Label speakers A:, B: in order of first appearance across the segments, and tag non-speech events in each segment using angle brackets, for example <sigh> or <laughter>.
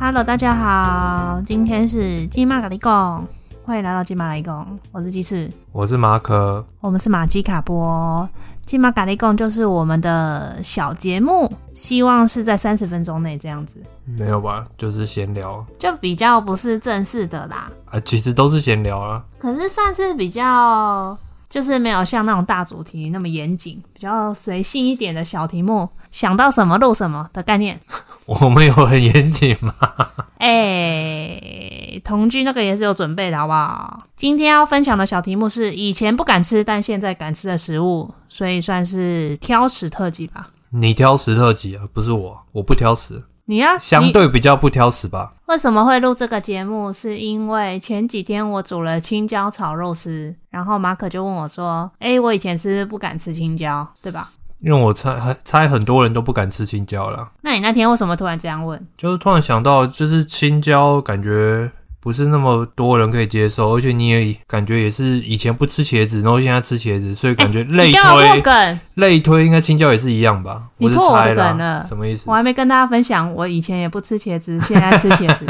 A: Hello，大家好，今天是金马咖喱贡，欢迎来到金马咖喱贡，我是鸡翅，
B: 我是马可，
A: 我们是马基卡波。金马咖喱贡就是我们的小节目，希望是在三十分钟内这样子，
B: 没有吧？就是闲聊
A: 就比较不是正式的啦，
B: 啊，其实都是闲聊啊。 <laughs>
A: 可是算是比较。就是没有像那种大主题那么严谨，比较随性一点的小题目，想到什么录什么的概念。
B: 我们有很严谨吗？
A: 哎、同居那个也是有准备的，好不好？今天要分享的小题目是以前不敢吃但现在敢吃的食物，所以算是挑食特辑吧。
B: <laughs> 你挑食特辑啊，不是我，我不挑食，
A: 你要
B: 相
A: 你
B: 对比较不挑食吧？
A: 为什么会录这个节目？是因为前几天我煮了青椒炒肉丝，然后马可就问我说：“哎、我以前是不是不敢吃青椒，对吧？
B: 因为我猜猜很多人都不敢吃青椒啦，
A: 那你那天为什么突然这样问？
B: 就是突然想到，就是青椒感觉不是那么多人可以接受，而且你也感觉也是以前不吃茄子，然后现在吃茄子，所以感觉类
A: 哎你
B: 推、
A: 干嘛破梗？
B: 类推应该青椒也是一样吧？
A: 你
B: 我是
A: 破我的
B: 猜
A: 梗了
B: 啦，什么意思
A: 我？还没跟大家分享，我以前也不吃茄子，现在吃茄
B: <laughs>
A: 子。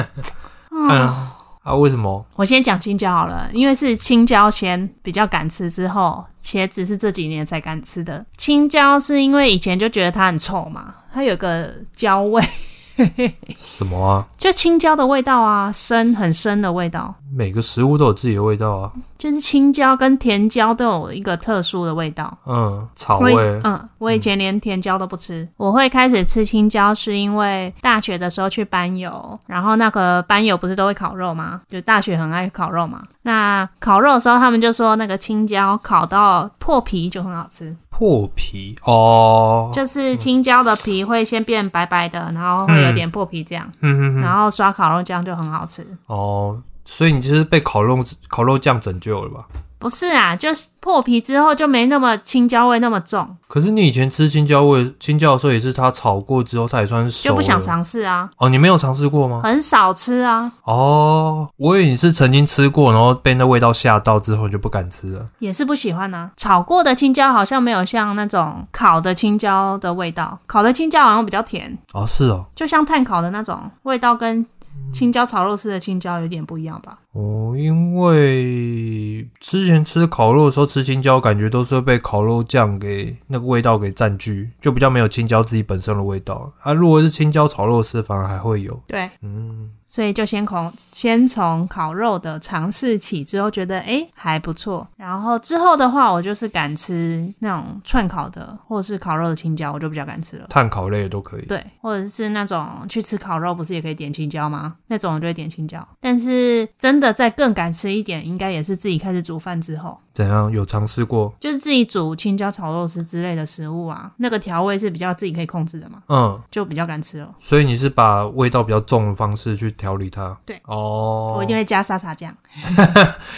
A: 哦
B: 嗯啊，为什么？
A: 我先讲青椒好了，因为是青椒先比较敢吃，之后茄子是这几年才敢吃的。青椒是因为以前就觉得它很臭嘛，它有个椒味，
B: 什么啊？
A: 就青椒的味道啊，深很深的味道，
B: 每个食物都有自己的味道啊。
A: 就是青椒跟甜椒都有一个特殊的味道。
B: 嗯，草
A: 我
B: 味
A: 以。嗯，我以前连甜椒都不吃。我会开始吃青椒，是因为大学的时候去班友，然后那个班友不是都会烤肉吗？就大学很爱烤肉嘛。那烤肉的时候，他们就说那个青椒烤到破皮就很好吃，
B: 破皮哦，
A: 就是青椒的皮会先变白白的，然后会有点破皮这样，
B: 嗯嗯嗯，
A: 然后刷烤肉酱就很好吃。
B: 哦，所以你就是被烤肉烤肉酱拯救了吧？
A: 不是啊，就是破皮之后就没那么青椒味那么重，
B: 可是你以前吃青椒味青椒的时候，也是它炒过之后，它也算是熟
A: 就不想
B: 了
A: 尝试啊，
B: 哦，你没有尝试过吗？
A: 很少吃啊，
B: 哦，我以为你是曾经吃过，然后被那味道吓到之后你就不敢吃了。
A: 也是不喜欢呐、炒过的青椒好像没有像那种烤的青椒的味道，烤的青椒好像比较甜，
B: 哦，是哦，
A: 就像炭烤的那种味道跟青椒炒肉丝的青椒有点不一样吧。
B: 哦，因为之前吃烤肉的时候吃青椒，感觉都是会被烤肉酱给那个味道给占据，就比较没有青椒自己本身的味道。啊，如果是青椒炒肉丝，反而还会有。
A: 对，
B: 嗯，
A: 所以就先从先从烤肉的尝试起，之后觉得诶还不错，然后之后的话，我就是敢吃那种串烤的或者是烤肉的青椒，我就比较敢吃了。
B: 碳烤类的都可以。
A: 对，或者是那种去吃烤肉，不是也可以点青椒吗？那种我就会点青椒。但是真的再更敢吃一点，应该也是自己开始煮饭之后，
B: 怎样？有尝试过？
A: 就是自己煮青椒炒肉丝之类的食物啊，那个调味是比较自己可以控制的嘛，
B: 嗯，
A: 就比较敢吃了。
B: 所以你是把味道比较重的方式去调理它。
A: 对。
B: 哦。
A: 我一定会加沙茶酱，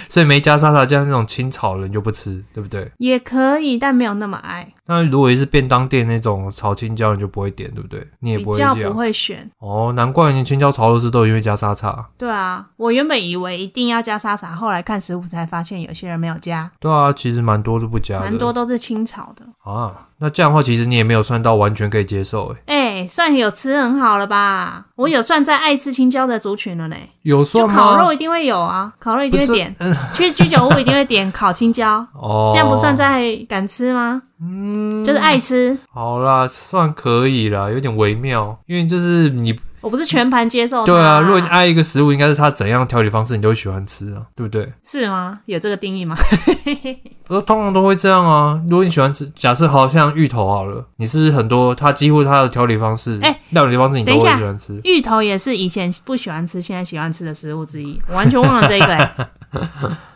B: 所以没加沙茶酱那种清炒的你就不吃，对不对？
A: 也可以，但没有那么爱，
B: 那如果是便当店那种炒青椒，你就不会点，对不对？你也
A: 比
B: 不会
A: 较
B: 这
A: 不
B: 样。
A: 会选。
B: 哦，难怪你青椒炒肉丝都因为加沙茶。
A: 对啊，我原本以为一定要加沙茶，后来看食谱才发现有些人没有加，
B: 对啊，其实蛮多都不加的，
A: 蛮多都是清炒的。
B: 啊。那这样的话，其实你也没有算到完全可以接受，欸诶，
A: 哎、算有吃很好了吧？我有算在爱吃青椒的族群了呢。
B: 有
A: 就
B: 算吗？嗯
A: 烤肉一定会有啊，烤肉一定会点。去居酒屋一定会点烤青椒，
B: <laughs> 哦，
A: 这样不算。在敢吃吗？嗯，就是爱吃。
B: 好啦，算可以啦，有点微妙，因为就是你
A: 我不是全盘接受它。
B: 对啊，如果你爱一个食物，应该是它怎样调理方式，你都会喜欢吃啊，对不对？
A: 是吗？有这个定义吗？
B: 不过通常都会这样啊。如果你喜欢吃，假设好像芋头好了，你是不是很多它几乎它的调理方式，
A: 诶
B: 料理方式你都会
A: 哎等一下
B: 喜欢吃。
A: 芋头也是以前不喜欢吃，现在喜欢吃的食物之一。我完全忘了这个、
B: <laughs>
A: 欸。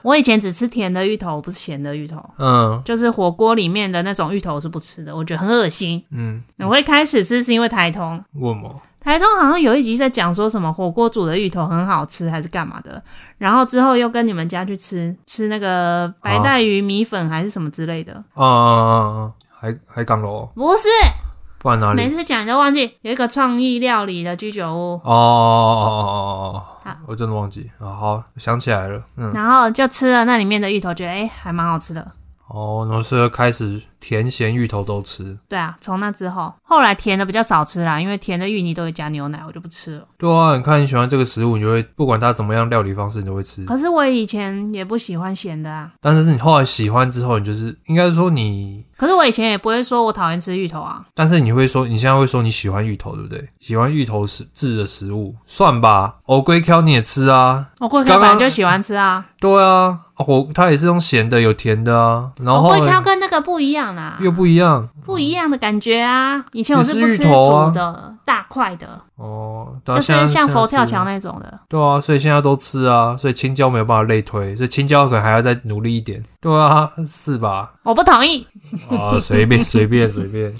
A: 我以前只吃甜的芋头，我不是咸的芋头。
B: 嗯
A: 就是火锅里面的那种芋头我是不吃的，我觉得很恶心。
B: 嗯，
A: 我会开始吃是因为台通，
B: 问我
A: 台通好像有一集在讲说什么火锅煮的芋头很好吃，还是干嘛的。然后之后又跟你们家去吃吃那个白带鱼米粉还是什么之类的，
B: 啊啊啊啊，海海港楼，
A: 不是
B: 不然哪里
A: 每？次讲你都忘记。有一个创意料理的居酒屋，
B: 哦哦哦哦哦
A: 好
B: 哦！我真的忘记啊，好想起来了，嗯，
A: 然后就吃了那里面的芋头，觉得哎、诶还蛮好吃的。
B: 哦，然后是开始甜咸芋头都吃。
A: 对啊，从那之后，后来甜的比较少吃啦，因为甜的芋泥都会加牛奶，我就不吃了。
B: 对啊，你看你喜欢这个食物，你就会不管它怎么样料理方式，你都会吃。
A: 可是我以前也不喜欢咸的啊，
B: 但是你后来喜欢之后，你就是应该说你，
A: 可是我以前也不会说我讨厌吃芋头啊。
B: 但是你会说你现在会说你喜欢芋头，对不对？喜欢芋头是制的食物，算吧。藕龟挑你也吃啊，
A: 我过去
B: 刚
A: 本
B: 刚
A: 来就喜欢吃啊，
B: 对啊，我它也是用咸的，有甜的啊，然
A: 我
B: 后
A: 过
B: 后
A: 去
B: 来
A: 挑跟那个不一样啊啦，
B: 又不一样
A: 不一样的感觉啊。以前我
B: 也是
A: 不
B: 芋
A: 吃
B: 头啊
A: 煮的、大块的，
B: 哦。对啊
A: 就
B: 现在
A: 是像佛跳墙
B: 现在吃
A: 那种的。
B: 对啊，所以现在都吃啊，所以青椒没有办法类推，所以青椒可能还要再努力一点。对啊，是吧？
A: 我不同意。
B: 啊，随便随便随便。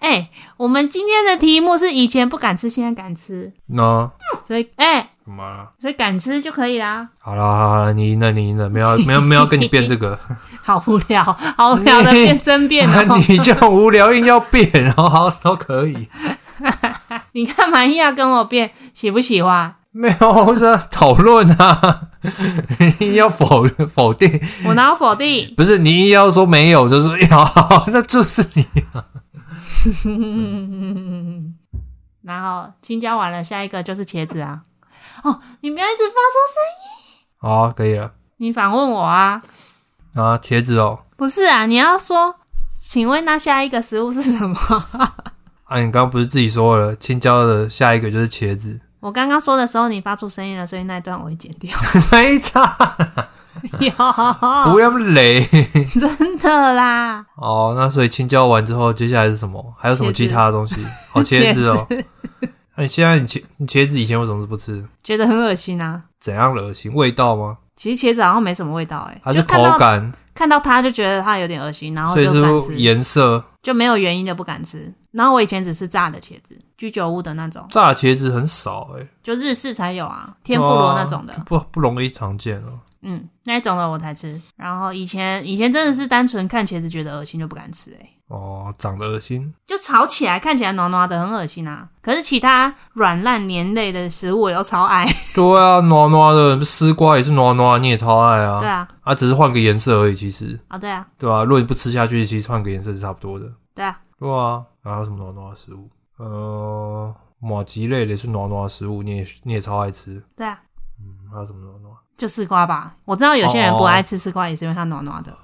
A: 哎、我们今天的题目是以前不敢吃，现在敢吃，
B: 那
A: 所以哎、
B: 什么啊？
A: 所以敢吃就可以啦。
B: 好啦好啦，你赢了，你赢了，没有没有没有跟你辩这个，
A: 好无聊，好无聊的
B: 你
A: 辩争辩哦。
B: <laughs> 你就无聊硬要辩，然后好都可以，
A: 你干嘛硬要跟我辩？喜不喜欢？
B: 没有我是要讨论啊， <laughs> 你硬要否否定，
A: 我哪有否定？
B: 不是你硬要说没有，就是 <laughs> 哎好好，好那就是你
A: 嗯然后青椒完了，下一个就是茄子啊。哦，你不要一直发出声，
B: 好可以了
A: 你反问我啊？
B: 啊，茄子哦，
A: 不是啊，你要说，请问那下一个食物是什么？ <laughs>
B: 啊你刚刚不是自己说了，青椒的下一个就是茄子，
A: 我刚刚说的时候你发出声音了，所以那一段我会剪掉。
B: 没差，
A: 有，哦 <laughs>
B: 不要雷 <laughs>
A: 真的啦，
B: 哦，那所以青椒完之后，接下来是什么？还有什么
A: 茄子
B: 其他
A: <laughs>
B: 的东西？哦，茄子哦。那、你现在你茄你茄子以前为什么是不吃？
A: 觉得很恶心啊。
B: 怎样恶心？味道吗？
A: 其实茄子好像没什么味道、欸，
B: 还
A: 哎，
B: 是
A: 就看
B: 口
A: 到
B: 感？
A: 看到它就觉得它有点恶心，然后
B: 所以
A: 就不敢
B: 是
A: 吃，
B: 颜色。
A: 就没有原因的不敢吃。然后我以前只吃炸的茄子，居酒屋的那种，
B: 炸茄子很少哎、欸，
A: 就日式才有啊，天妇罗那种的
B: 对啊，不不容易常见哦。
A: 嗯，那一种的我才吃。然后以前以前真的是单纯看茄子觉得恶心就不敢吃、欸，哎，
B: 哦，长得恶心。
A: 就炒起来看起来暖暖的，很恶心啊。可是其他软烂黏类的食物我又超爱，
B: 对啊，糯糯的丝瓜也是糯糯，你也超爱啊。
A: 对啊，
B: 啊，只是换个颜色而已，其实
A: 啊对啊，
B: 对啊，如果你不吃下去，其实换个颜色是差不多的。
A: 对啊，
B: 对啊，然后还有什么糯糯的食物？呃，马吉类的也是糯糯的食物，你也你也超爱吃。
A: 对啊，
B: 嗯，还有什么糯糯？
A: 就丝瓜吧。我知道有些人不爱吃丝瓜，也是因为它暖暖的。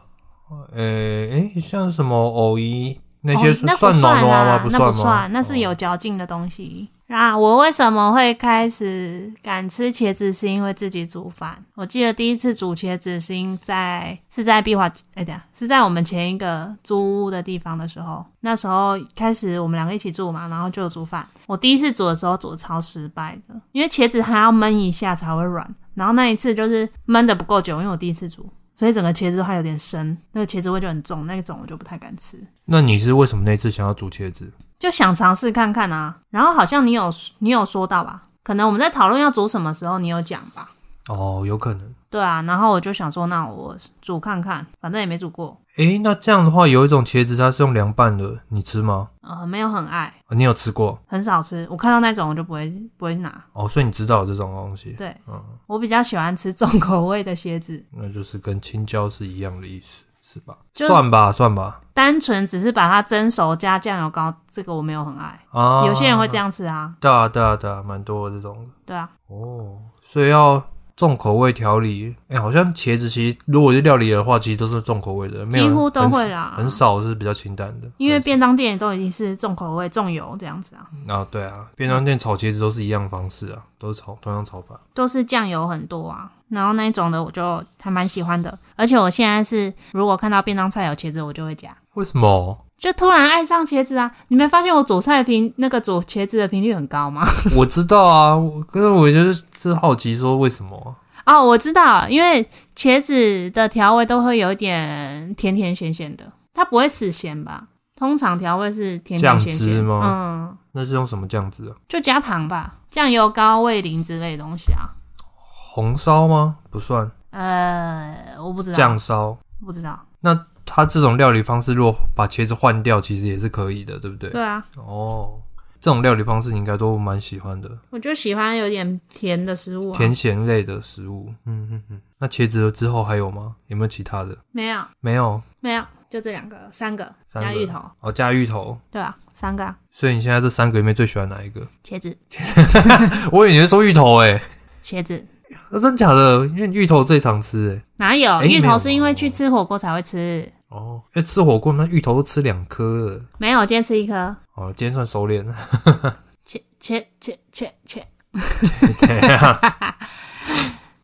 B: 呃、诶、像什么藕姨那些
A: 哦那不
B: 算暖
A: 算
B: 暖吗？
A: 啦那
B: 算吗？哦
A: 算，啊那是有嚼劲的东西。啊，我为什么会开始敢吃茄子？是因为自己煮饭。我记得第一次煮茄子是因在是在碧华，哎、等一下是在我们前一个租屋的地方的时候。那时候开始我们两个一起住嘛，然后就有煮饭。我第一次煮的时候煮的超失败的，因为茄子还要焖一下才会软。然后那一次就是焖的不够久，因为我第一次煮，所以整个茄子还有点生，那个茄子味就很重，那种我就不太敢吃。
B: 那你是为什么那次想要煮茄子？
A: 就想尝试看看啊。然后好像你有你有说到吧？可能我们在讨论要煮什么时候，你有讲吧？
B: 哦，有可能。
A: 对啊，然后我就想说，那我煮看看，反正也没煮过，
B: 诶，那这样的话，有一种茄子它是用凉拌的，你吃吗？
A: 呃，没有很爱，
B: 哦你有吃过
A: 很少吃。我看到那种我就不会不会拿。
B: 哦，所以你知道有这种东西，
A: 对，我比较喜欢吃重口味的茄子，
B: 那就是跟青椒是一样的意思，是吧？
A: 就
B: 算吧，算吧。
A: 单纯只是把它蒸熟加酱油膏，这个我没有很爱。
B: 啊，
A: 有些人会这样吃啊，
B: 对啊，对啊，对啊，蛮多的这种的
A: 对啊，
B: 哦，所以要重口味调理。诶，好像茄子其实如果是料理的话，其实都是重口味的，没有
A: 几乎都
B: 很
A: 会啦，
B: 很少是比较清淡的，
A: 因为便当店都已经是重口味、重油这样子啊。
B: 啊，对啊，便当店炒茄子都是一样的方式啊，都是炒同样炒法。
A: 都是酱油很多啊，然后那一种的我就还蛮喜欢的，而且我现在是如果看到便当菜有茄子，我就会加，
B: 为什
A: <laughs>
B: 么？
A: 就突然爱上茄子啊！你没发现我煮菜的频那个煮茄子的频率很高吗？ <laughs>
B: 我知道啊，我可是我就是是好奇说为什么啊、
A: 哦，我知道，因为茄子的调味都会有一点甜甜咸咸的，它不会死咸吧？通常调味是甜甜咸
B: 酱汁
A: 咸
B: 吗
A: 嗯，
B: 那是用什么酱汁啊？
A: 就加糖吧，酱油膏、味淋之类的东西啊。
B: 红烧吗？不算，
A: 呃，我不知道，
B: 酱烧。
A: 不知道。
B: 它这种料理方式，如果把茄子换掉，其实也是可以的，对不对？
A: 对啊，
B: 哦，这种料理方式，你应该都蛮喜欢的，
A: 我就喜欢有点甜的食物、啊。
B: 甜咸类的食物。嗯嗯嗯。那茄子之后还有吗？有没有其他的？
A: 没有，
B: 没有。
A: 没有，就这两个，三个
B: 三
A: 加
B: 个
A: 芋头，
B: 哦，加芋头。
A: 对啊，三个啊
B: 所以你现在这三个里面最喜欢哪一个？ <laughs>
A: 茄子，
B: 我以为你会说芋头诶、
A: 茄子
B: 那、真假的？因为芋头最常吃诶、欸
A: 哪有、
B: 诶
A: 芋
B: 没有
A: 头是因为去吃火锅才会吃，
B: 哦，因为吃火锅那芋头都吃两颗了。
A: 没有，我今天吃一颗，
B: 哦，今天算熟练了。 <laughs>
A: 切切切切切，
B: 怎样？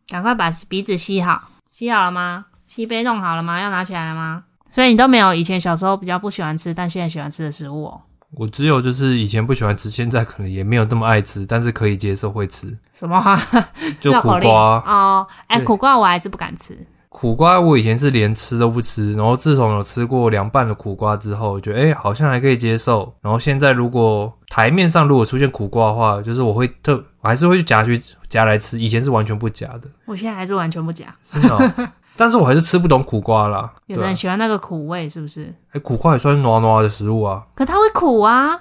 A: 赶快把鼻子吸好，吸好了吗？吸杯弄好了吗？要拿起来了吗？所以你都没有以前小时候比较不喜欢吃，但现在喜欢吃的食物哦，
B: 我只有就是以前不喜欢吃，现在可能也没有那么爱吃，但是可以接受会吃。
A: 什么啊？ <laughs>
B: 就
A: 绕
B: 苦
A: 口令
B: 瓜，
A: 哦，哎、
B: 对
A: 苦瓜我还是不敢吃，
B: 苦瓜我以前是连吃都不吃，然后自从有吃过凉拌的苦瓜之后，我觉得哎、诶好像还可以接受。然后现在如果台面上如果出现苦瓜的话，就是我会特我还是会去夹去夹来吃，以前是完全不夹的，
A: 我现在还是完全不夹。
B: 真的哦、但是我还是吃不懂苦瓜啦，对
A: 有的
B: 啊
A: 人，喜欢那个苦味，是不是？
B: 哎、苦瓜也算是糯糯的食物啊
A: 可它会苦啊。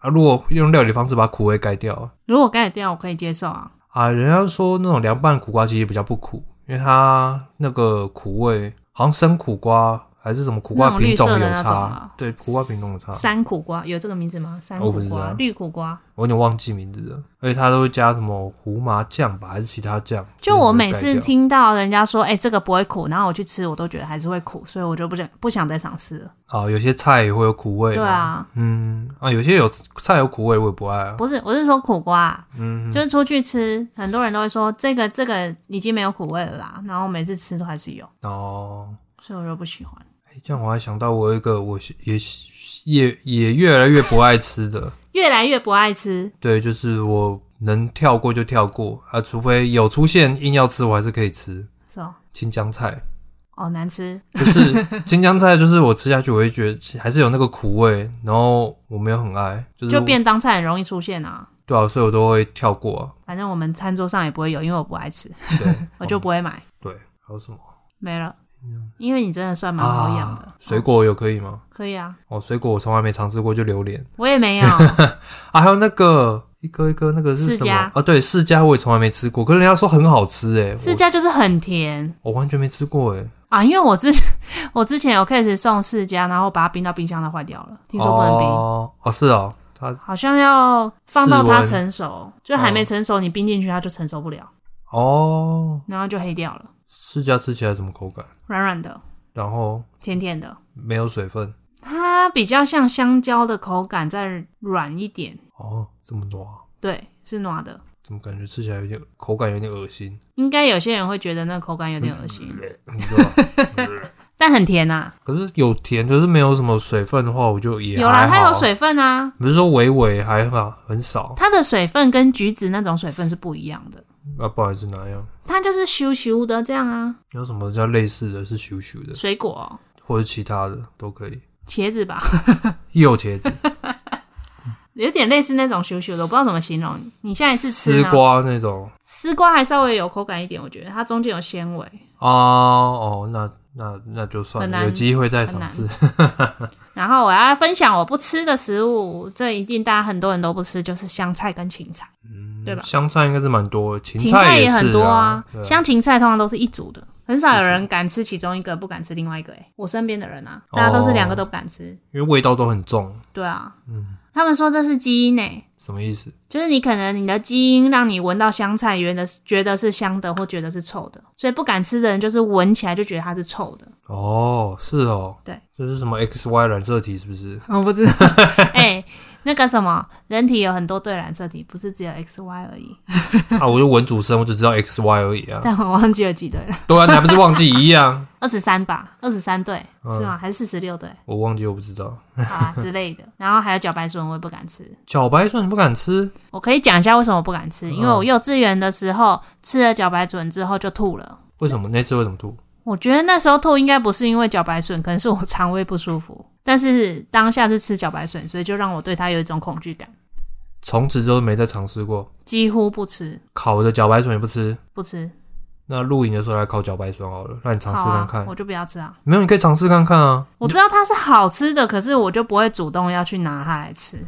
B: 啊！如果用料理方式把苦味盖掉
A: 如果盖掉，我可以接受啊。
B: 啊，人家说那种凉拌苦瓜其实比较不苦，因为它那个苦味好像生苦瓜还是什么苦
A: 那
B: 瓜
A: 种
B: 品
A: 绿
B: 种
A: 色的
B: 有
A: 那种
B: 差
A: 啊，
B: 对，苦瓜品种有差。
A: 山苦瓜有这个名字吗？山
B: 哦我
A: 苦
B: 不知
A: 瓜
B: 道、嗯
A: 绿苦瓜。
B: 我有点忘记名字了，而且它都会加什么胡麻酱吧，还是其他酱？
A: 就我每
B: 有
A: 次
B: 点改掉，
A: 听到人家说，哎、这个不会苦，然后我去吃，我都觉得还是会苦，所以我就不想不想再尝试了。
B: 啊，有些菜也会有苦味。
A: 对，啊，
B: 嗯啊，有些有菜有苦味，我也不爱啊。
A: 不是，我是说苦瓜，啊
B: 嗯，
A: 就是出去吃，很多人都会说这个这个已经没有苦味了啦，然后每次吃都还是有，
B: 哦，
A: 所以我就不喜欢。
B: 诶这样我还想到我有一个我也也也越来越不爱吃的，
A: 越来越不爱吃，
B: 对，就是我能跳过就跳过啊，除非有出现硬要吃，我还是可以吃
A: 是哦，
B: 青江菜。
A: 哦难吃，
B: 就是 <laughs> 青江菜，就是我吃下去，我会觉得还是有那个苦味，然后我没有很爱，就是
A: 就
B: 我
A: 便当菜很容易出现啊。
B: 对啊，所以我都会跳过啊。
A: 反正我们餐桌上也不会有，因为我不爱吃，，
B: 对
A: 我就不会买，
B: 对，还有什么
A: 没了。因为你真的算蛮好养的，
B: 啊水果有可以吗？
A: 可以啊，
B: 哦，水果我从来没尝试过，就榴莲
A: 我也没
B: <laughs>
A: 有，
B: 啊，还有那个一颗一颗那个是
A: 释
B: 什么
A: 迦？
B: 啊，对，释迦我也从来没吃过，可是人家说很好吃诶，
A: 释迦就是很甜
B: 我我完全没吃过欸诶。
A: 啊。因为我之前 <laughs> 我之前有 case 送释迦，然后把它冰到冰箱，它坏掉了，听说不能冰，
B: 哦，哦是哦，它
A: 好像要放到
B: 室
A: 它
B: 温
A: 成熟，就还没成熟，你冰进去它就成熟不了，
B: 哦，
A: 然后就黑掉了，
B: 释迦吃起来什么口感？
A: 软软的，
B: 然后
A: 甜甜的，
B: 没有水分
A: 它比较像香蕉的口感，再软一点，
B: 哦，这么多啊，
A: 对，是暖的。
B: 怎么感觉吃起来有点口感有点恶心？
A: 应该有些人会觉得那口感有点恶心，
B: 嗯对
A: <laughs>
B: 吧？
A: 但很甜呐、
B: 可是有甜，可是没有什么水分的话，我就也
A: 有啦，
B: 还
A: 它
B: 好
A: 有水分啊，
B: 不是说微微还好很少，
A: 它的水分跟橘子那种水分是不一样的，
B: 啊，不好意思，哪样？
A: 它就是咻咻的这样啊。
B: 有什么叫类似的是咻咻的，
A: 水果哦、
B: 或者其他的都可以。
A: 茄子吧， <laughs>
B: 也有茄子、
A: 有点类似那种咻咻的，我不知道怎么形容。你 <laughs> 下一次吃啊
B: 丝
A: 呢？
B: 瓜那种
A: 丝瓜还稍微有口感一点，我觉得它中间有纤维。
B: 啊，哦，那那那就算
A: 很
B: 了，
A: 难
B: 有机会再尝试。
A: 然后我要分享我不吃的食物，这一定大家很多人都不吃，就是香菜跟芹菜。
B: <laughs>
A: 对吧
B: 香菜应该是蛮多，嗯芹
A: 芹菜
B: 也是
A: 很多
B: 啊。对
A: 香芹菜通常都是一组的，很少有人敢吃其中一个，不敢吃另外一个、欸。我身边的人啊，
B: 哦
A: 大家都是两个都不敢吃。
B: 因为味道都很重，
A: 对啊，
B: 嗯
A: 他们说这是基因诶、欸
B: 什么意思？
A: 就是你可能你的基因让你闻到香菜，原的觉得是香的或觉得是臭的，所以不敢吃的人就是闻起来就觉得它是臭的。
B: 哦，是哦，
A: 对，
B: 这是什么 X Y 染色体是不是？
A: <laughs>
B: <laughs>
A: 我不知道，哎、那个什么，人体有很多对染色体，不是只有 X Y 而已，
B: 啊，我就文主生，我只知道 X Y 而已啊。
A: <laughs> 但我忘记了几对了，
B: 对啊，你还不是忘记一样？ <laughs>
A: 二十三吧，二十三对是吗？还是四十六对？
B: 我忘记，我不知道。
A: 好啊之类的。然后还有茭白笋，我也不敢吃。
B: 茭白蒜你不敢吃
A: 我可以讲一下为什么我不敢吃，因为我幼稚园的时候吃了茭白笋之后就吐了。
B: 为什么？那次为什么吐？
A: 我觉得那时候吐应该不是因为茭白笋，可能是我肠胃不舒服。 <laughs> 但是当下是吃茭白笋，所以就让我对它有一种恐惧感，
B: 从此之后没再尝试过。
A: 几乎不吃
B: 烤的茭白笋也不吃，
A: 不吃。
B: 那露营的时候来烤茭白笋好了，让你尝试
A: 好
B: 看
A: 啊
B: 看。，
A: 我就不要吃啊。
B: 没有，你可以尝试看看啊。
A: 我知道它是好吃的，可是我就不会主动要去拿它来吃。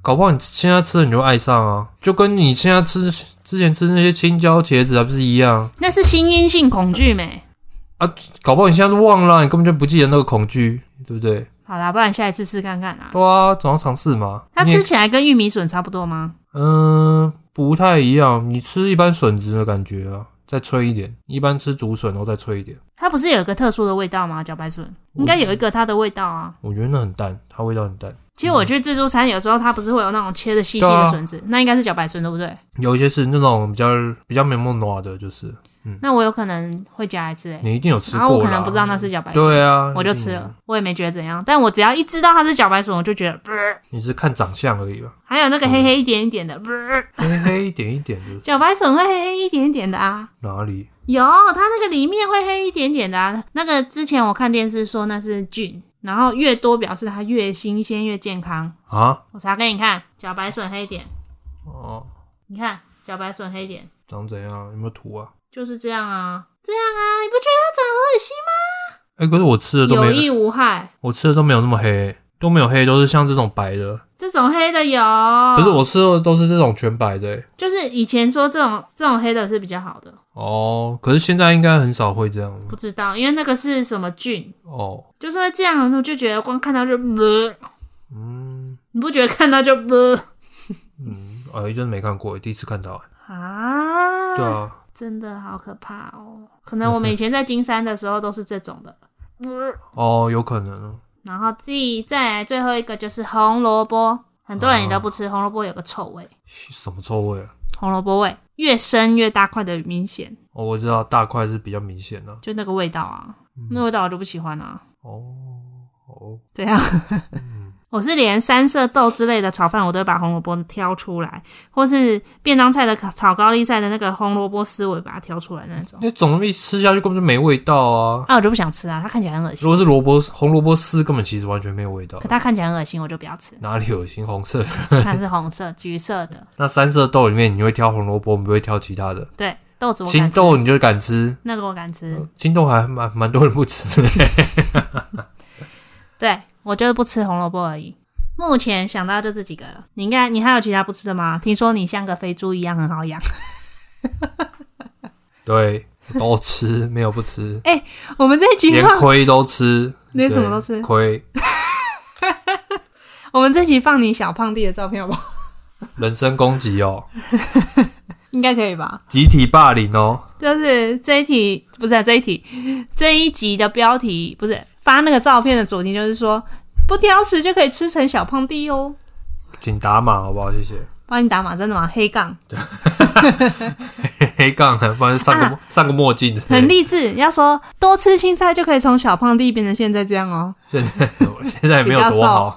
B: 搞不好你现在吃了你就爱上啊，就跟你现在吃之前吃那些青椒、茄子还不是一样？
A: 那是心因性恐惧没？
B: 搞不好你现在都忘了啊、你根本就不记得那个恐惧，对不对？
A: 好啦，不然下一次试看看啦。
B: 对啊，总要尝试嘛。
A: 它
B: 你也
A: 吃起来跟玉米笋差不多吗？
B: 嗯、不太一样，你吃一般笋子的感觉啊，再脆一点。一般吃竹笋，然后再脆一点。
A: 它不是有一个特殊的味道吗？茭白笋应该有一个它的味道啊。
B: 我觉得那很淡，它味道很淡。
A: 其实我去自助餐，有时候它不是会有那种切的细细
B: 嗯对
A: 的
B: 啊
A: 笋子，那应该是茭白笋对不对？
B: 有一些是那种比较比较没梦暖的，就是
A: 那我有可能会夹来吃诶、欸
B: 你一定有吃
A: 然后
B: 过啦。
A: 我可能不知道那是茭白笋，
B: 对啊，
A: 我就
B: 一定
A: 吃
B: 有
A: 了，我也没觉得怎样。但我只要一知道它是茭白笋，我就觉得，呃
B: 你是看长相而已吧，
A: 还有那个黑黑一点一点的，
B: 嗯
A: 呃
B: 黑黑一点一点的
A: 茭白笋会黑黑一点点的啊。
B: 哪里？
A: 有，它那个里面会黑一点点的、啊。那个之前我看电视说那是菌，然后越多表示它越新鲜越健康。
B: 啊？
A: 我查给你看，茭白笋黑点，
B: 哦，
A: 你看茭白笋黑点
B: 长怎样？有没有图啊？
A: 就是这样啊，这样啊，你不觉得它长得很恶心
B: 哎、可是我吃的都
A: 吗？有
B: 没有，
A: 益无害，
B: 我吃的都没有那么黑、都没有黑，都是像这种白的。
A: 这种黑的有，
B: 可是我吃的都是这种全白的、欸。
A: 就是以前说这种这种黑的是比较好的，
B: 哦，可是现在应该很少会这样
A: 不知道因为那个是什么菌，
B: 哦。
A: 就是会这样，我就觉得光看到就，呃、
B: 嗯，
A: 你不觉得看到就呃
B: 哎、真的没看过、第一次看到、欸。
A: 啊？
B: 对啊，
A: 真的好可怕哦！可能我们以前在金山的时候都是这种的。
B: 哦，有可能哦。
A: 然后第再来最后一个就是红萝卜，很多人也都不吃，红萝卜有个臭味，
B: 什么臭味啊？
A: 红萝卜味越深越大块的明显，
B: 哦，我知道大块是比较明显的、
A: 就那个味道啊，那味道我就不喜欢啊。
B: 哦哦，
A: 怎样？ <laughs> 我是连三色豆之类的炒饭，我都会把红萝卜挑出来，或是便当菜的炒高丽菜的那个红萝卜丝，我也把它挑出来那种。
B: <laughs> 那总一吃下去根本就没味道啊。
A: 啊，我就不想吃啊，它看起来很恶
B: 如 <laughs>
A: 心，
B: 果是萝卜红萝卜丝，根本其实完全没有味道。
A: 可。它看起来很恶心，我就不要吃
B: <laughs> 哪里有腥红色？ <laughs>
A: 它是红色、橘色的，
B: 那三色豆里面，你会挑红萝卜，你不会挑其他的。
A: 对，豆子我
B: 青
A: 敢吃，
B: 豆你就敢吃，
A: 那个我敢吃，
B: 青豆还蛮蛮多人不吃的。
A: <laughs> 对我就是不吃红萝卜而已。目前想到就这几个了，你应该你还有其他不吃的吗？听说你像个肥猪一样很好养， <laughs>
B: 对，都吃，没有不吃，
A: 我们这一集
B: 连
A: 放，
B: 亏都吃。
A: 连什么
B: 对
A: 都吃
B: 亏，
A: 我们这一集放你小胖弟的照片好不好？ <laughs>
B: 人身攻击哦，
A: 应该可以吧？
B: 集体霸凌哦。
A: 就是这一题不是、啊、这一题，这一集的标题不是发那个照片的主题，就是说不挑食就可以吃成小胖弟哦。
B: 请打码好不好？谢谢。 <laughs>
A: 帮你打码，真的吗？黑杠
B: 黑杠啊，不然上个、
A: 啊
B: 上个墨镜之类的，
A: 很励志，要说多吃青菜就可以从小胖弟变成现在这样哦。
B: 现在现在也没有
A: 比较
B: 多
A: 瘦
B: 好。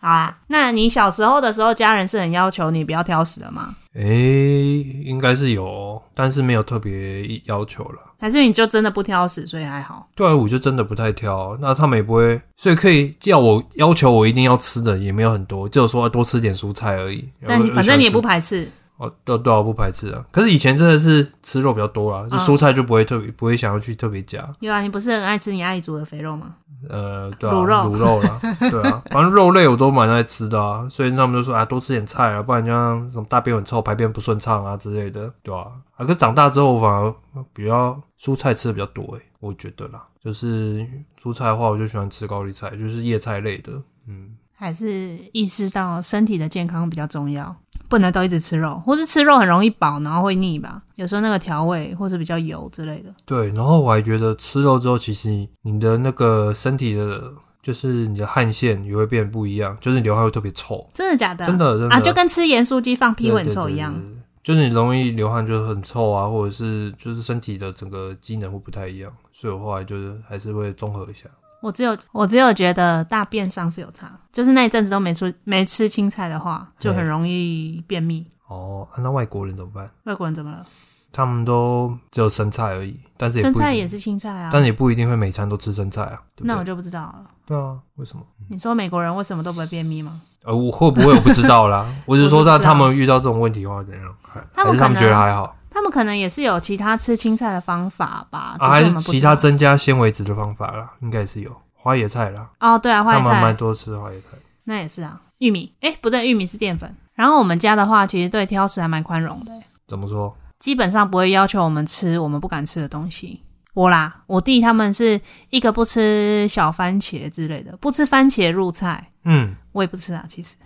A: 好啊，那你小时候的时候，家人是很要求你不要挑食的吗？
B: 诶、应该是有哦，但是没有特别要求了。
A: 还是你就真的不挑食，所以还好？
B: 对啊，我就真的不太挑，那他们也不会，所以可以要我要求我一定要吃的也没有很多，只有说多吃点蔬菜而已。
A: 但你
B: 我
A: 反正你也
B: 我喜
A: 不
B: 欢吃
A: 排斥，
B: 哦，对对啊，我不排斥啊。可是以前真的是吃肉比较多啦，就
A: 嗯
B: 蔬菜就不会特别不会想要去特别加，
A: 对啊，你不是很爱吃你阿姨煮的肥肉吗？
B: 呃，对啊，
A: 卤肉
B: 卤肉
A: <laughs>
B: 啦，对啊，反正肉类我都蛮爱吃的啊，所以他们就说啊，多吃点菜啊，不然像什么大便很臭、排便不顺畅啊之类的，对啊。啊，可是长大之后我反而比较蔬菜吃的比较多诶、欸我觉得啦，就是蔬菜的话，我就喜欢吃高丽菜，就是叶菜类的，嗯，
A: 还是意识到身体的健康比较重要，不能都一直吃肉，或是吃肉很容易饱，然后会腻吧。有时候那个调味或是比较油之类的，
B: 对。然后我还觉得吃肉之后，其实你的那个身体的，就是你的汗腺也会变不一样，就是你流汗会特别臭，
A: 真的假的？
B: 真的真的
A: 啊，就跟吃盐酥鸡放屁会很臭一样
B: 对。对对对对就是你容易流汗，就是很臭啊，或者是就是身体的整个机能会不太一样，所以我后来就是还是会综合一下。
A: 我只有我只有觉得大便上是有差，就是那一阵子都没出没吃青菜的话，就很容易便秘。
B: 哦，啊那外国人怎么办？
A: 外国人怎么了？
B: 他们都只有生菜而已，但是也不
A: 生
B: 一定
A: 菜也是青菜啊。
B: 但是也不一定会每餐都吃生菜啊，对不
A: 那我
B: 对？
A: 就不知道了。
B: 对啊，为什么？
A: 你说美国人为什么都不会便秘吗？
B: 呃，我会不会我不知道
A: <laughs>
B: 啦，我是说
A: 我是不知道
B: 那他们遇到这种问题的话怎样？还
A: 他
B: 还
A: 们
B: 是
A: 可
B: 他
A: 能
B: 们觉得还好
A: 他们可能也是有其他吃青菜的方法吧，
B: 啊，还
A: 只
B: 是
A: 我们不知道
B: 其他增加纤维质的方法啦，应该是有花椰菜啦，
A: 哦，对啊，花
B: 他
A: 椰
B: 们蛮
A: 菜
B: 多吃花椰菜。
A: 那也是啊。玉米，哎，不对，玉米是淀粉。然后我们家的话，其实对挑食还蛮宽容的，
B: 怎么说？
A: 基本上不会要求我们吃我们不敢吃的东西。我啦，我弟他们是一个不吃小番茄之类的，不吃番茄入菜，
B: 嗯，
A: 我也不吃啊。其实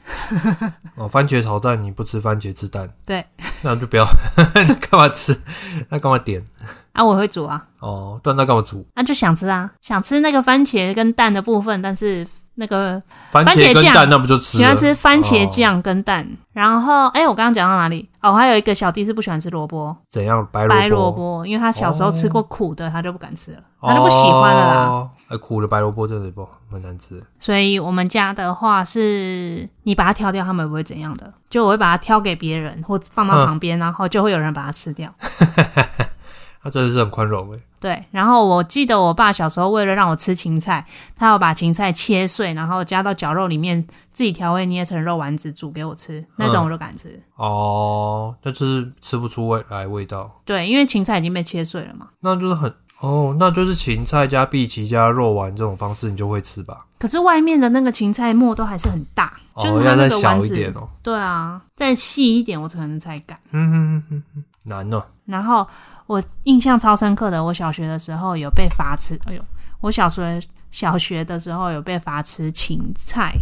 B: 哦，番茄炒蛋你不吃番茄吃蛋，
A: 对，
B: <laughs> 那就不要，那干嘛吃？那干嘛点？
A: 啊，我会煮啊，
B: 哦，断那干嘛煮？
A: 那、就想吃啊，想吃那个番茄跟蛋的部分，但是那个
B: 番
A: 番茄
B: 跟
A: 酱
B: 蛋那不就吃了？哦
A: 喜欢吃番茄酱跟蛋。然后，哎，我刚刚讲到哪里？哦，我还有一个小弟是不喜欢吃萝卜，
B: 怎样？白
A: 白萝
B: 萝，
A: 卜，因为他小时候吃过苦的，他就不敢吃了，他就不喜欢了啦。
B: 哦哎，苦的白萝卜真的不很难吃。
A: 所以我们家的话是，你把它挑掉，他们也不会怎样的。就我会把它挑给别人，或放到
B: 嗯
A: 旁边，然后就会有人把它吃掉。
B: 他真的是很宽容欸诶，
A: 对，然后我记得我爸小时候为了让我吃芹菜，他要把芹菜切碎，然后加到绞肉里面，自己调味捏成肉丸子煮给我吃，那
B: 嗯
A: 种我就敢吃。
B: 哦，那就是吃不出味来味道，
A: 对，因为芹菜已经被切碎了嘛。
B: 那就是很哦，那就是芹菜加碧琪加肉丸这种方式，你就会吃吧？
A: 可是外面的那个芹菜末都还是很大，就
B: 哦，
A: 是它
B: 要
A: 那
B: 再
A: 个丸
B: 小一
A: 子，
B: 点哦，
A: 对啊，再细一点我可能才敢。
B: 嗯哼哼哼哼，难哦，
A: 然后我印象超深刻的，我小学的时候有被罚吃，哎呦，我小学小学的时候有被罚吃芹菜，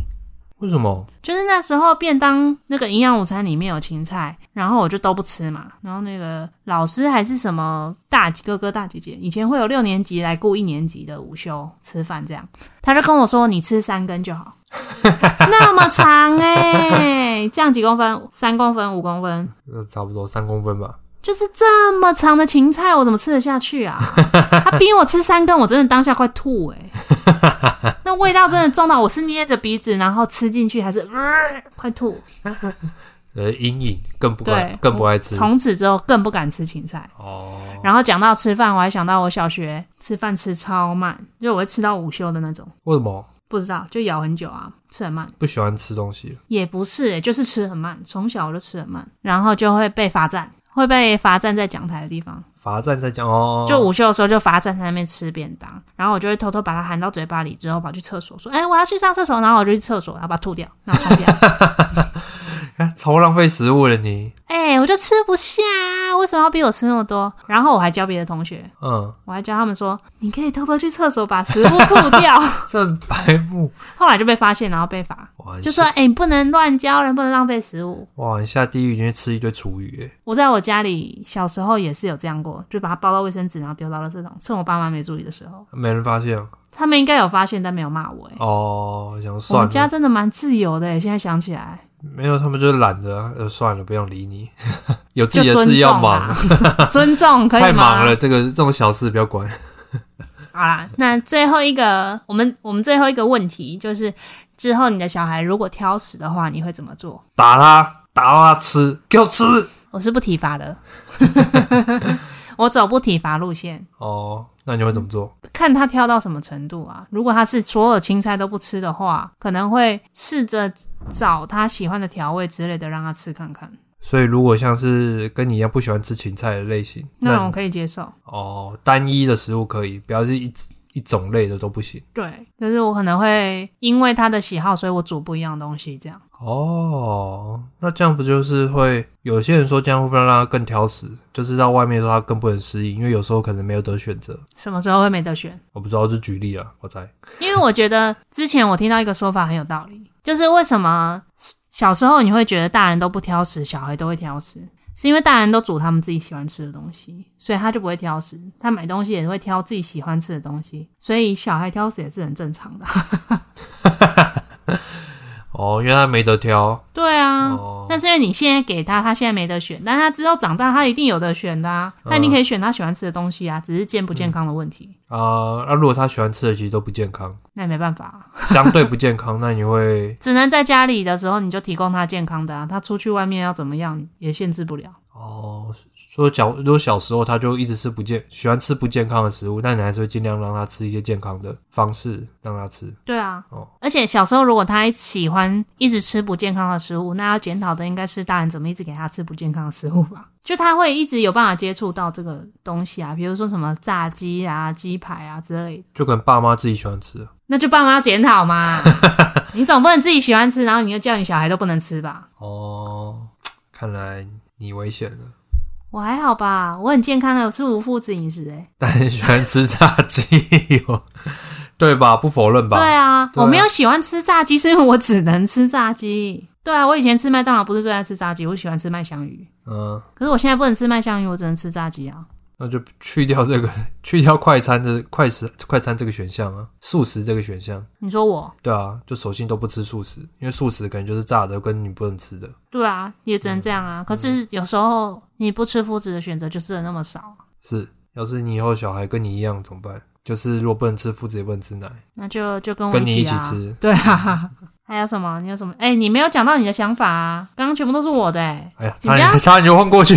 B: 为什么？
A: 就是那时候便当那个营养午餐里面有芹菜，然后我就都不吃嘛。然后那个老师还是什么大哥哥大姐姐，以前会有六年级来顾一年级的午休吃饭这样，他就跟我说你吃三根就好， <laughs> 那么长哎、这样几公分？三公分、五公分，
B: 呃，差不多三公分吧。
A: 就是这么长的芹菜，我怎么吃得下去
B: <laughs>
A: 啊？他逼我吃三根，我真的当下快吐哎、 <laughs> 那味道真的重到我是捏着鼻子，然后吃进去还是、呃、快吐。
B: 呃，阴影更不敢
A: 对，
B: 更不爱吃。
A: 从此之后更不敢吃芹菜。
B: 哦，
A: 然后讲到吃饭，我还想到我小学吃饭吃超慢，就我会吃到午休的那种，
B: 为什么
A: 不知道就咬很久啊，吃很慢。
B: 不喜欢吃东西？
A: 也不是、欸，就是吃很慢，从小我就吃很慢，然后就会被罚站，会被罚站在讲台的地方，
B: 罚站在讲哦，
A: 就午休的时候就罚站在那边吃便当，然后我就会偷偷把它含到嘴巴里，之后跑去厕所说：“哎、我要去上厕所。”然后我就去厕所，然后把它吐掉，然后冲
B: <laughs>
A: 掉。
B: 看哎超浪费食物了你。
A: 哎、我就吃不下啊，为什么要逼我吃那么多？然后我还教别的同学，
B: 嗯，
A: 我还教他们说，你可以偷偷去厕所把食物吐掉。 <laughs>
B: 正白目。
A: 后来就被发现，然后被罚，
B: 哇，你
A: 就说：“哎、你不能乱教人，不能浪费食物。
B: 哇，你下地狱已经吃一堆厨余哎。”
A: 我在我家里小时候也是有这样过，就把它包到卫生纸，然后丢到了这种，趁我爸妈没注意的时候，
B: 没人发现啊
A: 他们应该有发现，但没有骂我、哎、
B: 哦，想
A: 我
B: 算
A: 们家
B: 了，
A: 真的蛮自由的、哎现在想起来，
B: 没有，他们就是懒得啊，呃，算了，不用理你， <laughs> 有自
A: 就
B: 己的
A: 尊
B: 事要
A: 重
B: 忙
A: 啦，， <laughs> 尊重可以吗？
B: 太忙了，这个这种小事不要管。
A: 好啦，那最后一个，我们我们最后一个问题就是，之后你的小孩如果挑食的话，你会怎么做？
B: 打他，打到他吃，给我吃。
A: 我是不体罚的， <laughs> 我走不体罚路线，
B: 哦，那你会怎么做？
A: 看他挑到什么程度啊。如果他是所有青菜都不吃的话，可能会试着找他喜欢的调味之类的让他吃看看，
B: 所以，如果像是跟你一样不喜欢吃芹菜的类型，
A: 那
B: 那
A: 种可以接受。
B: 哦，单一的食物可以，不要是一一种类的都不行。
A: 对，就是我可能会因为他的喜好，所以我煮不一样的东西，这样
B: 哦，那这样不就是会有些人说这样会不会让他更挑食？就是到外面的时候他更不能适应，因为有时候可能没有得选择。
A: 什么时候会没得选？
B: 我不知道，是举例啊，我猜。 <laughs>
A: 因为我觉得之前我听到一个说法很有道理，就是为什么小时候你会觉得大人都不挑食，小孩都会挑食，是因为大人都煮他们自己喜欢吃的东西，所以他就不会挑食。他买东西也会挑自己喜欢吃的东西，所以小孩挑食也是很正常的。
B: 哦，因为他没得挑。
A: <laughs> 对啊，
B: 哦，
A: 但是因为你现在给他，他现在没得选，但他之后长大，他一定有得选的啊。他一定可以选他喜欢吃的东西啊，只是健不健康的问题。
B: 啊、那如果他喜欢吃的其实都不健康， <laughs>
A: 那也没办法、啊，
B: 相对不健康，那你会
A: 只能在家里的时候你就提供他健康的啊，他出去外面要怎么样也限制不了。
B: 哦，说小如果小时候他就一直吃不健，喜欢吃不健康的食物，但你还是会尽量让他吃一些健康的方式让他吃。
A: 对啊，
B: 哦
A: 而且小时候如果他喜欢一直吃不健康的食物，那要检讨的应该是大人怎么一直给他吃不健康的食物吧？ <laughs> 就他会一直有办法接触到这个东西啊，比如说什么炸鸡啊、鸡排啊之类的，
B: 就可能爸妈自己喜欢吃，
A: <laughs> 那就爸妈检讨嘛。你总不能自己喜欢吃，然后你又叫你小孩都不能吃吧？
B: 哦，看来你危险了。 <laughs>
A: 我还好吧，我很健康的，我吃无麸质饮食、欸。
B: 但很喜欢吃炸鸡哦， <laughs> 对吧？不否认吧？
A: 对啊，
B: 对啊
A: 我没有喜欢吃炸鸡，是因为我只能吃炸鸡。对啊，我以前吃麦当劳不是最爱吃炸鸡，我喜欢吃麦香鱼。
B: 嗯，
A: 可是我现在不能吃麦香鱼，我只能吃炸鸡啊。
B: 那就去掉这个， <laughs> 去掉快餐的快食快餐这个选项啊，素食这个选项。
A: 你说我？
B: 对啊，就索性都不吃素食，因为素食可能就是炸的，跟你不能吃的。
A: 对啊，也只能这样啊。可是有时候你不吃麸质的选择就吃的那么少，
B: 是，要是你以后小孩跟你一样怎么办？就是如果不能吃麸质，也不能吃奶，
A: 那就就跟我
B: 跟你一
A: 起
B: 起
A: 啊。
B: 吃。嗯
A: 对啊。 <laughs> 还有什么？你有什么？哎、你没有讲到你的想法啊！刚刚全部都是我的、哎，
B: 哎呀，
A: 你不要
B: 差点 <laughs> 差点就混过去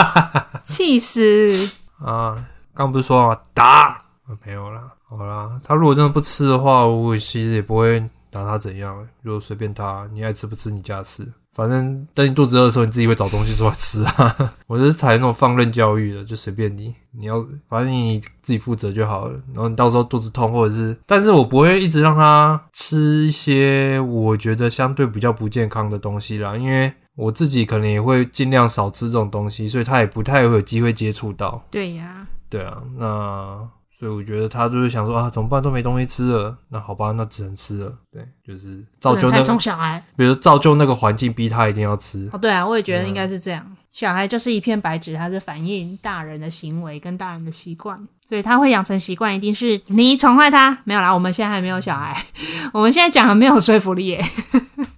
A: <laughs> 气死！
B: 啊！刚不是说了吗？打、啊没有啦，好啦。他如果真的不吃的话，我其实也不会拿他怎样，就随便他，你爱吃不吃你家的事。反正等你肚子饿的时候，你自己会找东西出来吃啊。 <laughs> 我是采那种放任教育的，就随便你，你要反正你自己负责就好了。然后你到时候肚子痛或者是，但是我不会一直让他吃一些我觉得相对比较不健康的东西啦，因为我自己可能也会尽量少吃这种东西，所以他也不太会有机会接触到。
A: 对呀、
B: 对啊，那所以我觉得他就是想说啊，怎么办都没东西吃了，那好吧，那只能吃了。对，就是造
A: 不
B: 就
A: 能
B: 那
A: 太
B: 个
A: 宠，小孩。
B: 比如造就那个环境，逼他一定要吃。
A: 哦，对啊，我也觉得应该是这样。小孩就是一片白纸，他是反映大人的行为跟大人的习惯，所以他会养成习惯，一定是你宠坏他。没有啦，我们现在还没有小孩， <laughs> 我们现在讲的没有说服力耶。 <laughs>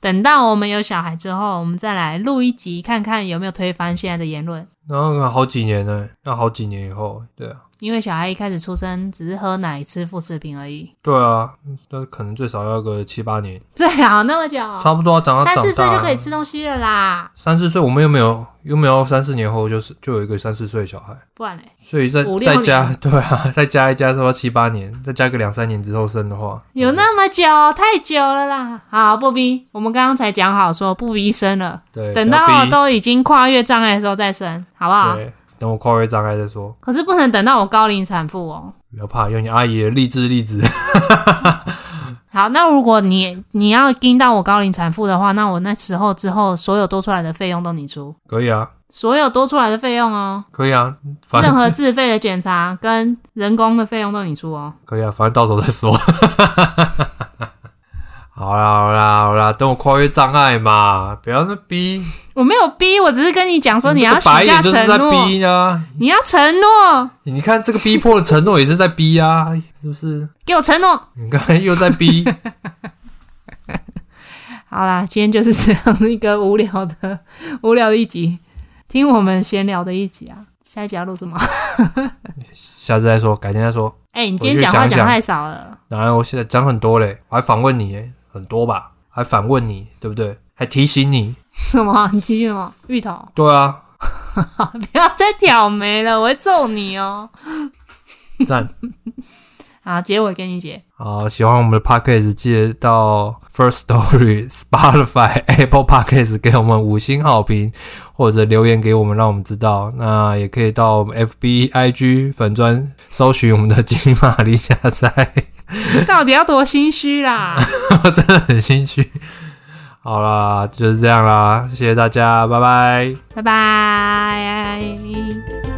A: 等到我们有小孩之后，我们再来录一集，看看有没有推翻现在的言论。
B: 然后好几年呢、那好几年以后，对啊，
A: 因为小孩一开始出生只是喝奶吃副食品而已，
B: 对啊，但是可能最少要个七八年，
A: 最好那么久，
B: 差不多要长到
A: 哦三
B: 长
A: 四岁就
B: 大
A: 可以。吃东西了啦，
B: 三四岁，我们又没有又没有三四年后就是就有一个三四岁的小孩，
A: 不然嘞，
B: 所以再
A: 五六
B: 再
A: 年
B: 加 <laughs> 对啊，再加一加说七八年，再加个两三年之后生的话，
A: 有那么久，太久了啦。好，不逼，我们刚刚才讲好说不逼生了。
B: 对，
A: 等
B: 不要
A: 到
B: 逼
A: 都已经跨越障碍的时候再生，好不好？
B: 对，等我跨越障碍再说。
A: 可是不能等到我高龄产妇哦。
B: 不要怕，用你阿姨的励志例子。 <laughs>
A: 好，那如果你你要盯到我高龄产妇的话，那我那时候之后所有多出来的费用都你出，
B: 可以啊，
A: 所有多出来的费用哦，
B: 可以啊，反
A: 任
B: 正
A: 何自费的检查跟人工的费用都你出哦。
B: 可以啊，反正到时候再说。 <laughs> 好啦好啦好啦，等我跨越障碍嘛，不要那逼。
A: 我没有逼，我只是跟你讲说你
B: 这
A: 要
B: 个
A: 许
B: 白
A: 下
B: 眼就是
A: 承
B: 在
A: 诺，
B: 逼啊！
A: 你要承诺，
B: 你看这个逼迫的承诺也是在逼啊，是不是？
A: 给我承诺。
B: 你刚才又在逼， <laughs>
A: 好啦，今天就是这样一个无聊的无聊的一集，听我们闲聊的一集啊。下一集要录什么？ <laughs>
B: 下次再说，改天再说。
A: 哎、你今天讲话
B: 我去想
A: 讲
B: 想
A: 太少了。
B: 然后我现在讲很多嘞，我还反问你耶，很多吧？还反问你，对不对？还提醒你，
A: 什么？你提醒什么？芋头？
B: 对啊，
A: <laughs> 不要再挑眉了，我会揍你哦！
B: 赞。
A: 好，结尾给你解。
B: 好，喜欢我们的 podcast，记得到 First Story、Spotify、Apple Podcast 给我们五星好评，或者留言给我们，让我们知道。那也可以到我们 FB、IG 粉专搜寻我们的金玛丽下载，
A: <laughs> 到底要多心虚啦？
B: <laughs>
A: <laughs>
B: 我真的很心虚。好啦，就是这样啦，谢谢大家，拜拜。
A: 拜拜。